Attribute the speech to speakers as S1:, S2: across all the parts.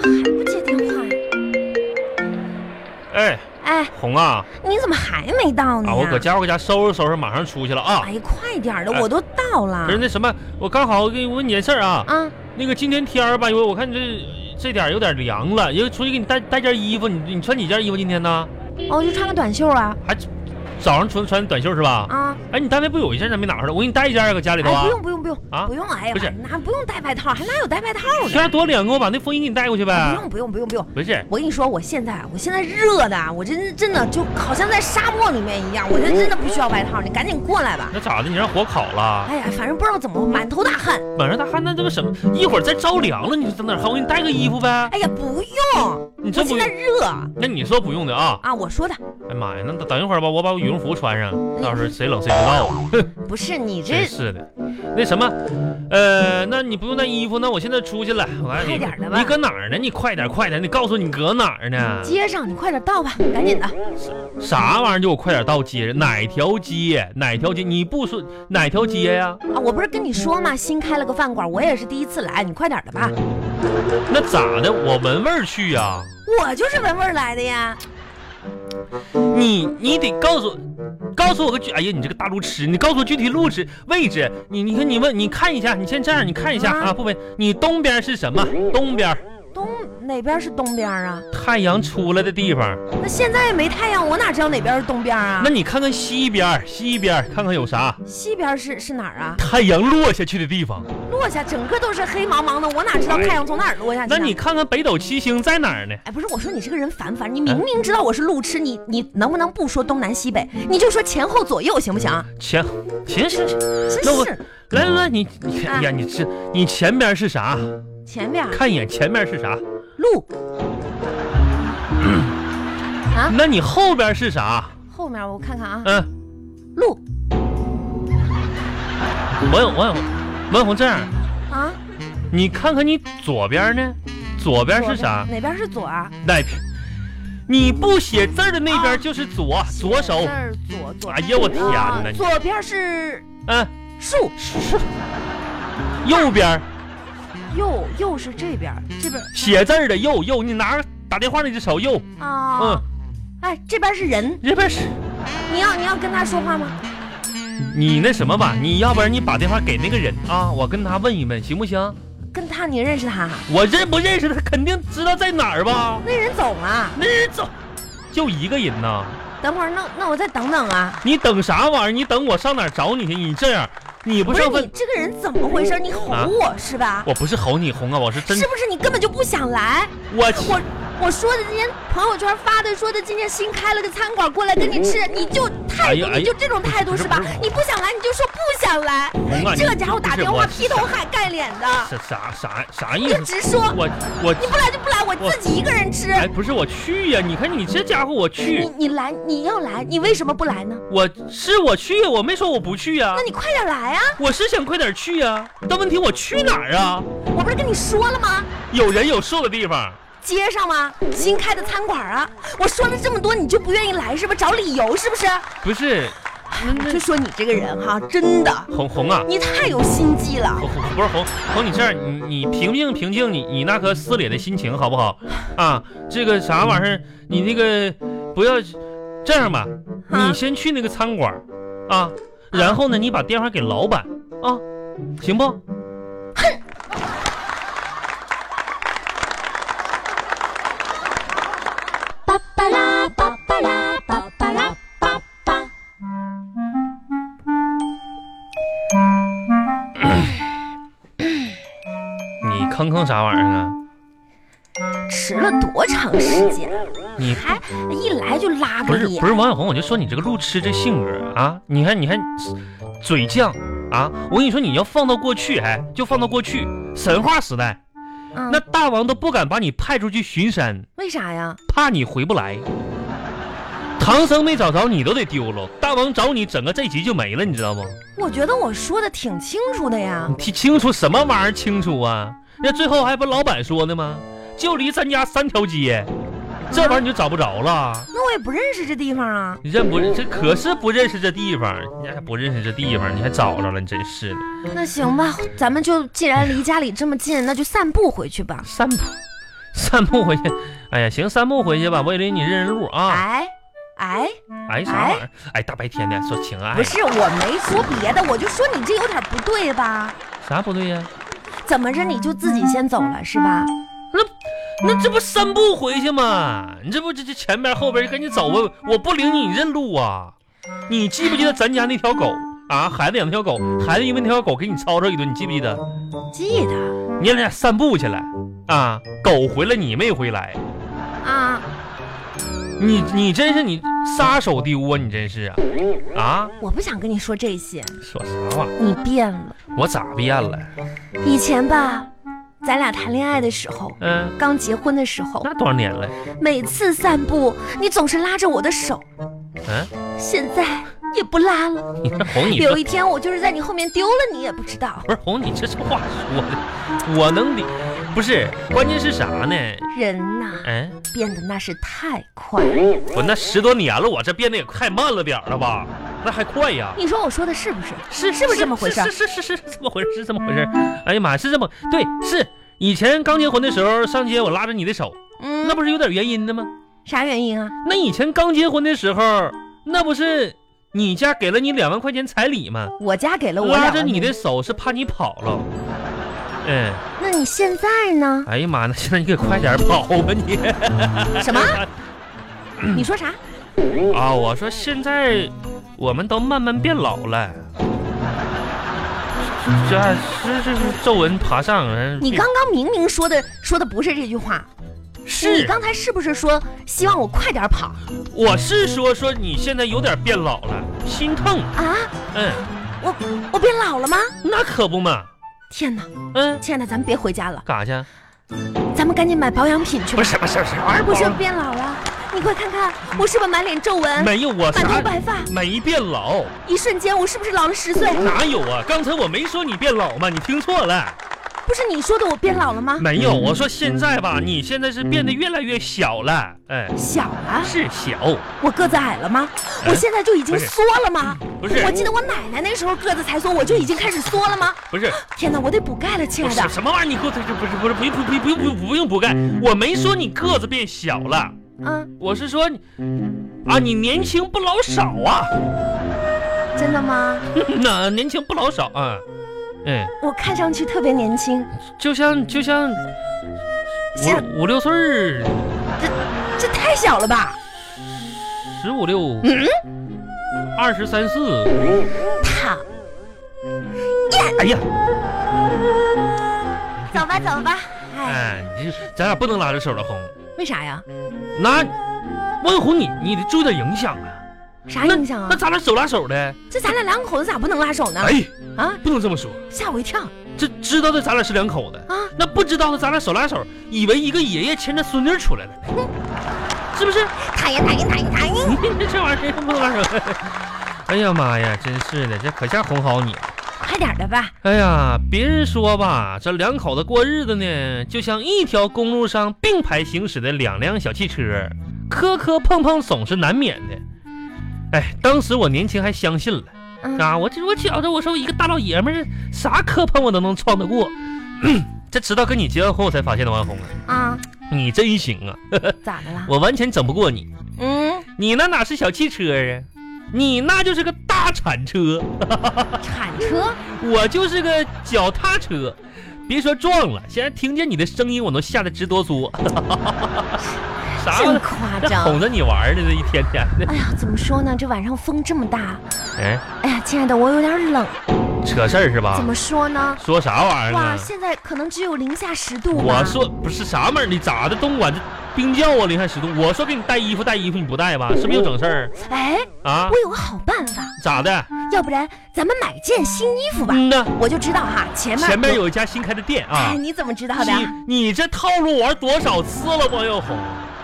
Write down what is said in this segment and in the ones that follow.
S1: 还不接电话？
S2: 哎，
S1: 哎，
S2: 红啊
S1: 你怎么还没到呢？
S2: 啊！我搁家我家收拾收拾，马上出去了啊
S1: 哎。呀，快点儿的，
S2: 哎
S1: 我都到了
S2: 不是。那什么，我刚好给你问你件事儿啊。
S1: 啊，
S2: 那个今天天儿吧，因为我看你这这点儿有点凉了，因为出去给你带带件衣服，你你穿几件衣服今天呢？
S1: 哦，就穿个短袖啊
S2: 还早上穿穿短袖是吧？
S1: 啊！
S2: 哎，你单位不有一件儿没拿出来？我给你带一件儿搁家里头
S1: 哎，
S2: 啊
S1: 不。用不用不用
S2: 啊
S1: 不用！哎呀
S2: 不是，
S1: 哪不用带外套，还哪有带外套呢？
S2: 天儿多冷啊，我把那风衣给你带过去
S1: 不
S2: 呗。
S1: 用不用不用不用！
S2: 不是，
S1: 我跟你说，我现在我现在热的，我真真的就好像在沙漠里面一样，我这真的不需要外套，你赶紧过来吧。
S2: 那咋的？你让火烤了？
S1: 哎呀，反正不知道怎么满头大汗。
S2: 晚上大汗，那这不什么？一会儿再着凉了，你就在那儿喊我给你带个衣服呗。
S1: 哎呀，不用，
S2: 你
S1: 我
S2: 这不
S1: 现在热啊
S2: 那你说不用的啊？
S1: 啊！我说的
S2: 哎妈呀，那等一会儿吧，我把我羽绒服穿上，到时候谁冷谁知道啊。
S1: 不是嗯你
S2: 真
S1: 这
S2: 是的，那什么，呃，那你不用带衣服，那我现在出去了。我告诉
S1: 快
S2: 你
S1: 点儿的吧
S2: 你搁哪儿呢？你快点儿，快点儿！你告诉你搁哪儿呢？
S1: 街上，你快点到吧，赶紧的。
S2: 啥玩意儿？就我快点儿到街上，哪条街？哪条街？你不说哪条街呀、
S1: 啊，我不是跟你说嘛，新开了个饭馆，我也是第一次来，你快点的吧。
S2: 嗯那咋的？我闻味儿去呀、
S1: 我就是闻味儿来的呀。
S2: 你你得告诉告诉我个具，哎呀，你这个大路痴，你告诉我具体路址位置。你你看你问你看一下，你先这样，你看一下
S1: 啊
S2: 啊，不呗，你东边是什么？东边
S1: 东哪边是东边啊？
S2: 太阳出来的地方。
S1: 那现在也没太阳，我哪知道哪边是东边啊
S2: 那？你看看西边，西边看看有啥？
S1: 西边是是哪儿啊？
S2: 太阳落下去的地方。
S1: 落下整个都是黑茫茫的，我哪知道太阳从哪儿落下去
S2: 那
S1: 呢？
S2: 你看看北斗七星在哪儿呢？
S1: 哎，不是，我说你这个人烦不
S2: 嗯
S1: 烦？你明明知道我是路痴，你你能不能不说东南西北，你就说前后左右行不行？啊
S2: 前，行行行，
S1: 真
S2: 那我
S1: 是
S2: 来来来，你你看，
S1: 啊
S2: 哎呀，你这你前边是啥？
S1: 前面
S2: 看一眼前面是啥？
S1: 路 啊，
S2: 那你后边是啥？
S1: 后面我看看啊，
S2: 嗯。
S1: 路
S2: 王永王永王红这样，
S1: 啊，
S2: 你看看你左边呢？左边是啥
S1: 左？边哪边是左啊？
S2: 那边？你不写字儿的那边就是左，左手
S1: 这。儿左左。
S2: 哎呀，我天
S1: 啊
S2: 哪！你
S1: 左边是
S2: 嗯，
S1: 树，
S2: 右边
S1: 右右是这边，这边
S2: 写字儿的右右，你拿打电话那只手右。
S1: 啊，
S2: 嗯，
S1: 哎，这边是人，
S2: 这边是。
S1: 你要你要跟他说话吗？
S2: 你那什么吧，你要不然你把电话给那个人啊，我跟他问一问行不行？
S1: 跟他你认识他？
S2: 我认不认识他，肯定知道在哪儿吧？
S1: 那人走了，
S2: 那人走，就一个人呐。
S1: 等会儿那那我再等等啊。
S2: 你等啥玩意儿？你等我上哪儿找你去？你这样，你不
S1: 不是
S2: 上
S1: 你
S2: 分，
S1: 这个人怎么回事？你吼
S2: 啊
S1: 我是吧？
S2: 我不是吼你红啊，我是真
S1: 是，不是你根本就不想来？
S2: 我
S1: 我我说的今天朋友圈发的，说的今天新开了个餐馆，过来跟你吃，你就态
S2: 哎
S1: 度
S2: 呀哎呀
S1: 你就这种态度
S2: 不是
S1: 是吧
S2: 不是？
S1: 你不想来你就说不想来
S2: 红啊，你
S1: 这家伙打
S2: 不是
S1: 电话
S2: 我
S1: 劈头盖盖脸的，
S2: 啥啥啥啥意
S1: 你
S2: 思？
S1: 直说，
S2: 我我
S1: 你不来就不来，我
S2: 我
S1: 自己一个人吃。
S2: 哎，不是我去呀、你看你这家伙，我
S1: 你
S2: 去，
S1: 你来你要来，你为什么不来呢？
S2: 我是我去呀，我没说我不去呀、
S1: 那你快点来啊！
S2: 我是想快点去呀、但问题我去哪儿啊？
S1: 我不是跟你说了吗？
S2: 有人有树的地方，
S1: 街上吗？新开的餐馆啊！我说了这么多，你就不愿意来是不是？找理由是不是？
S2: 不是，那
S1: 就
S2: 那
S1: 说你这个人哈，真的，
S2: 红红啊。
S1: 你太有心机了。
S2: 红红不是红红，你这样，你你平静平静，你你那颗撕裂的心情好不好啊？这个啥玩意儿，你那个不要这样吧，
S1: 啊
S2: 你先去那个餐馆儿啊，然后呢，你把电话给老板啊，行不？
S3: 巴巴拉巴巴拉巴巴拉巴巴。
S2: 你吭吭啥玩意儿啊？
S1: 迟了多长时间？
S2: 你
S1: 还一来就拉
S2: 不
S1: 个
S2: 是
S1: 脸
S2: 不，是王小红，我就说你这个路痴这性格啊，你看你看，嘴犟啊！我跟你说，你要放到过去，哎，就放到过去神话时代，
S1: 嗯
S2: 那大王都不敢把你派出去巡山。
S1: 为啥呀？
S2: 怕你回不来。唐僧没找着你都得丢了，大王找你整个这集就没了，你知道吗？
S1: 我觉得我说的挺清楚的呀
S2: 你。听清楚什么玩意儿清楚啊？那最后还不老板说的吗？就离咱家三条街，这玩意儿你就找不着了。
S1: 那我也不认识这地方啊。
S2: 你认不认？这可是不认识这地方，你还不认识这地方，你还找着了，你真是的。
S1: 那行吧，咱们就既然离家里这么近，那就散步回去吧。
S2: 散步，散步回去。哎呀，行，散步回去吧，我也领你认认路啊。
S1: 哎哎，
S2: 哎，啥玩意儿？哎，大白天的说情爱
S1: 不，是，我没说别的，我就说你这有点不对吧？
S2: 啥不对呀？
S1: 怎么着你就自己先走了是吧？
S2: 那这不三步回去吗？你这不这这前边后边赶紧走吧，我不领你认路啊！你记不记得咱家那条狗啊？孩子养那条狗，孩子因为那条狗给你吵吵一顿，你记不记得？
S1: 记得
S2: 你俩散步去了啊，狗回来你没回来，
S1: 啊，
S2: 你你真是你撒手丢啊！你真是啊啊！
S1: 我不想跟你说这些，
S2: 说啥玩意儿？
S1: 你变了。
S2: 我咋变了？
S1: 以前吧，咱俩谈恋爱的时候，
S2: 嗯、
S1: 刚结婚的时候，
S2: 那多少年了？
S1: 每次散步你总是拉着我的手，
S2: 嗯、
S1: 现在也不拉了。
S2: 你看哄你这
S1: 有一天我就是在你后面丢了，你也不知道。
S2: 不是哄你这是话说的，我能理，不是，关键是啥呢？
S1: 人呐，
S2: 嗯、
S1: 变得那是太快。
S2: 我那十多年了，我这变得也太慢了点儿了吧？那还快呀？
S1: 你说我说的是不是？是是不是这么回事？
S2: 是是是是是这么回事？是这么回事？哎呀妈呀，是这么对，是以前刚结婚的时候上街我拉着你的手，
S1: 嗯，
S2: 那不是有点原因的吗？
S1: 啥原因啊？
S2: 那以前刚结婚的时候，那不是你家给了你两万块钱彩礼吗？
S1: 我家给了我
S2: 拉
S1: 两
S2: 着
S1: 万
S2: 你
S1: 块
S2: 的手是怕你跑了。嗯，
S1: 那你现在呢？
S2: 哎呀妈，那现在你可快点跑吧你
S1: 什么？你说啥？
S2: 啊！我说现在我们都慢慢变老了，这这这这皱纹爬上，嗯
S1: 你刚刚明明说的说的不是这句话，你
S2: 是
S1: 刚才是不是说希望我快点跑
S2: 我是说说你现在有点变老了，心疼，
S1: 啊？
S2: 嗯，
S1: 我我变老了吗？
S2: 那可不嘛，
S1: 天哪，
S2: 嗯，
S1: 亲爱的，咱们别回家了，
S2: 干啥去？
S1: 咱们赶紧买保养品去吧。
S2: 不是什么事儿，啥玩意儿？
S1: 我说变老了，你快看看我是不是满脸皱纹，
S2: 没有我
S1: 满头
S2: 啥
S1: 白发，
S2: 没变老，
S1: 一瞬间我是不是老了十岁？
S2: 哪有啊？刚才我没说你变老吗？你听错了，
S1: 不是你说的我变老了吗？
S2: 没有，我说现在吧，你现在是变得越来越小了，哎，
S1: 小了，
S2: 是小，
S1: 我个子矮了吗？
S2: 嗯
S1: 我现在就已经
S2: 不是嗯
S1: 缩了吗？
S2: 不是
S1: 我记得我奶奶那时候个子才缩，我就已经开始缩了吗？
S2: 不是，
S1: 天哪，我得补钙了，亲
S2: 不嗯
S1: 爱
S2: 是
S1: 的。
S2: 什么玩意儿？你给我这这不是不是不用不用不用不用不用补钙，我没说你个子变小了，
S1: 嗯，
S2: 我是说你啊，你年轻不老少啊，
S1: 真的吗？
S2: 那年轻不老少啊，哎，
S1: 我看上去特别年轻，
S2: 就像就像
S1: 像
S2: 五五六岁儿，
S1: 这太小了吧？
S2: 十五六，二十三四。嗯
S1: 他，
S2: 哎呀，
S1: 走吧走吧，哎，
S2: 哎，你这咱俩不能拉着手了，红。
S1: 为啥呀？
S2: 嗯那问红你，你得注意点影响啊。
S1: 啥影响
S2: 那
S1: 啊？
S2: 咱俩手拉手的，
S1: 这咱俩两口子咋不能拉手呢？
S2: 哎，
S1: 啊，
S2: 不能这么说。
S1: 吓我一跳
S2: 这知道的咱俩是两口子，
S1: 啊！
S2: 那不知道的咱俩手拉手，以为一个爷爷牵着孙女出来了，是不是？
S1: 讨厌讨厌讨厌讨厌！
S2: 你这玩意儿不能拉手。 哎呀妈呀，真是的，这可下哄好你了。
S1: 快点的吧，
S2: 哎呀，别人说吧，这两口子过日子呢，就像一条公路上并排行驶的两辆小汽车，磕磕碰碰总是难免的。哎，当时我年轻还相信了
S1: 嗯
S2: 啊，我这我觉着我说我一个大老爷们儿，啥磕碰我都能撞得过。 这直到跟你结完婚，我才发现的，王红啊，
S1: 啊，
S2: 你真行啊，
S1: 咋的了？
S2: 我完全整不过你。
S1: 嗯，
S2: 你那哪是小汽车啊，你那就是个大铲车。
S1: 铲车，
S2: 我就是个脚踏车，别说撞了，现在听见你的声音，我都吓得直 哆嗦。啥玩意
S1: 真
S2: 儿？
S1: 夸
S2: 这
S1: 张
S2: 哄！着你玩儿的，这一天天的。
S1: 哎呀，怎么说呢？这晚上风这么大，
S2: 哎，
S1: 哎呀，亲爱的，我有点冷。
S2: 啊扯事儿是吧
S1: 怎？么说呢？
S2: 说啥玩意儿
S1: 哇，
S2: 呢？
S1: 现在可能只有零下十度吧
S2: 我。说不是啥玩意儿，你咋的？东莞这冰窖啊，零下十度。我说给你带衣服，带衣服你不带吧？是不是又整事儿
S1: 哎，
S2: 啊？
S1: 我有个好办法，
S2: 咋的？
S1: 要不然咱们买件新衣服吧。
S2: 嗯呐，
S1: 我就知道哈，前面
S2: 前面有一家新开的店啊
S1: 哎，。你怎么知道的？
S2: 你你这套路玩多少次了，王小红？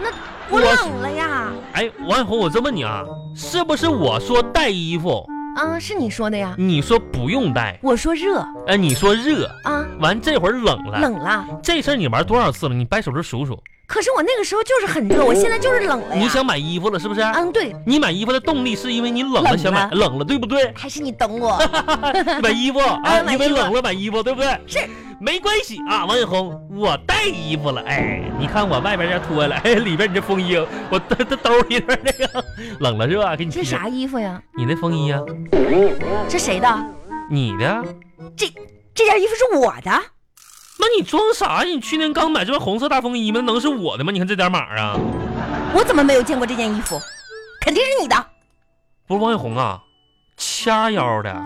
S1: 那我冷了呀，
S2: 哎，王小红，我这问你啊，是不是我说带衣服，
S1: 啊，是你说的呀。
S2: 你说不用带，
S1: 我说热
S2: 哎，你说热，
S1: 啊，
S2: 完这会儿冷了，
S1: 冷了，
S2: 这事儿你玩多少次了？你掰手指数数，
S1: 可是我那个时候就是很热，我现在就是冷哎了呀。
S2: 你想买衣服了是不是？啊
S1: 嗯，对，
S2: 你买衣服的动力是因为你冷了
S1: 冷啊
S2: 想买，
S1: 了
S2: 冷了对 不对？
S1: 还是你懂我。
S2: 买衣服啊
S1: 哎，买
S2: 因为
S1: 衣服
S2: 冷了买衣服对不对？
S1: 是，
S2: 没关系啊，王小红，我带衣服了。哎，你看我外边这脱了，哎，里边你这风衣，我兜兜兜里边那个 冷了是吧？给你
S1: 这
S2: 披上
S1: 啥衣服呀？
S2: 你那风衣呀、
S1: 这谁的？
S2: 你的啊？
S1: 这这件衣服是我的？
S2: 那你装啥呀？你去年刚买这不红色大风衣吗？能是我的吗？你看这点码啊！
S1: 我怎么没有见过这件衣服？肯定是你的。
S2: 不是王小红啊，掐腰的，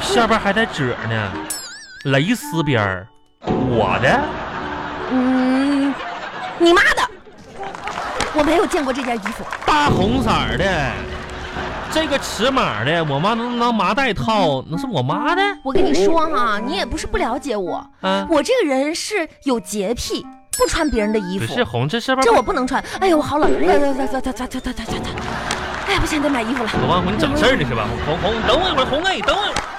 S2: 下边还带褶呢，蕾丝边儿，我的。
S1: 嗯，你妈的！我没有见过这件衣服。
S2: 大红色儿的，这个尺码的，我妈能拿麻袋套，那是我妈的。
S1: 我跟你说哈、你也不是不了解我，
S2: 啊，
S1: 我这个人是有洁癖，不穿别人的衣
S2: 不
S1: 服
S2: 是。红，这是不是
S1: 这？我不能穿。哎呀，我好冷！哎呀，走走走走走走走走走！哎呀，不行，得买衣服了。
S2: 王红，你整事儿呢是吧？红红，等我一会儿，红哎，等我一会儿。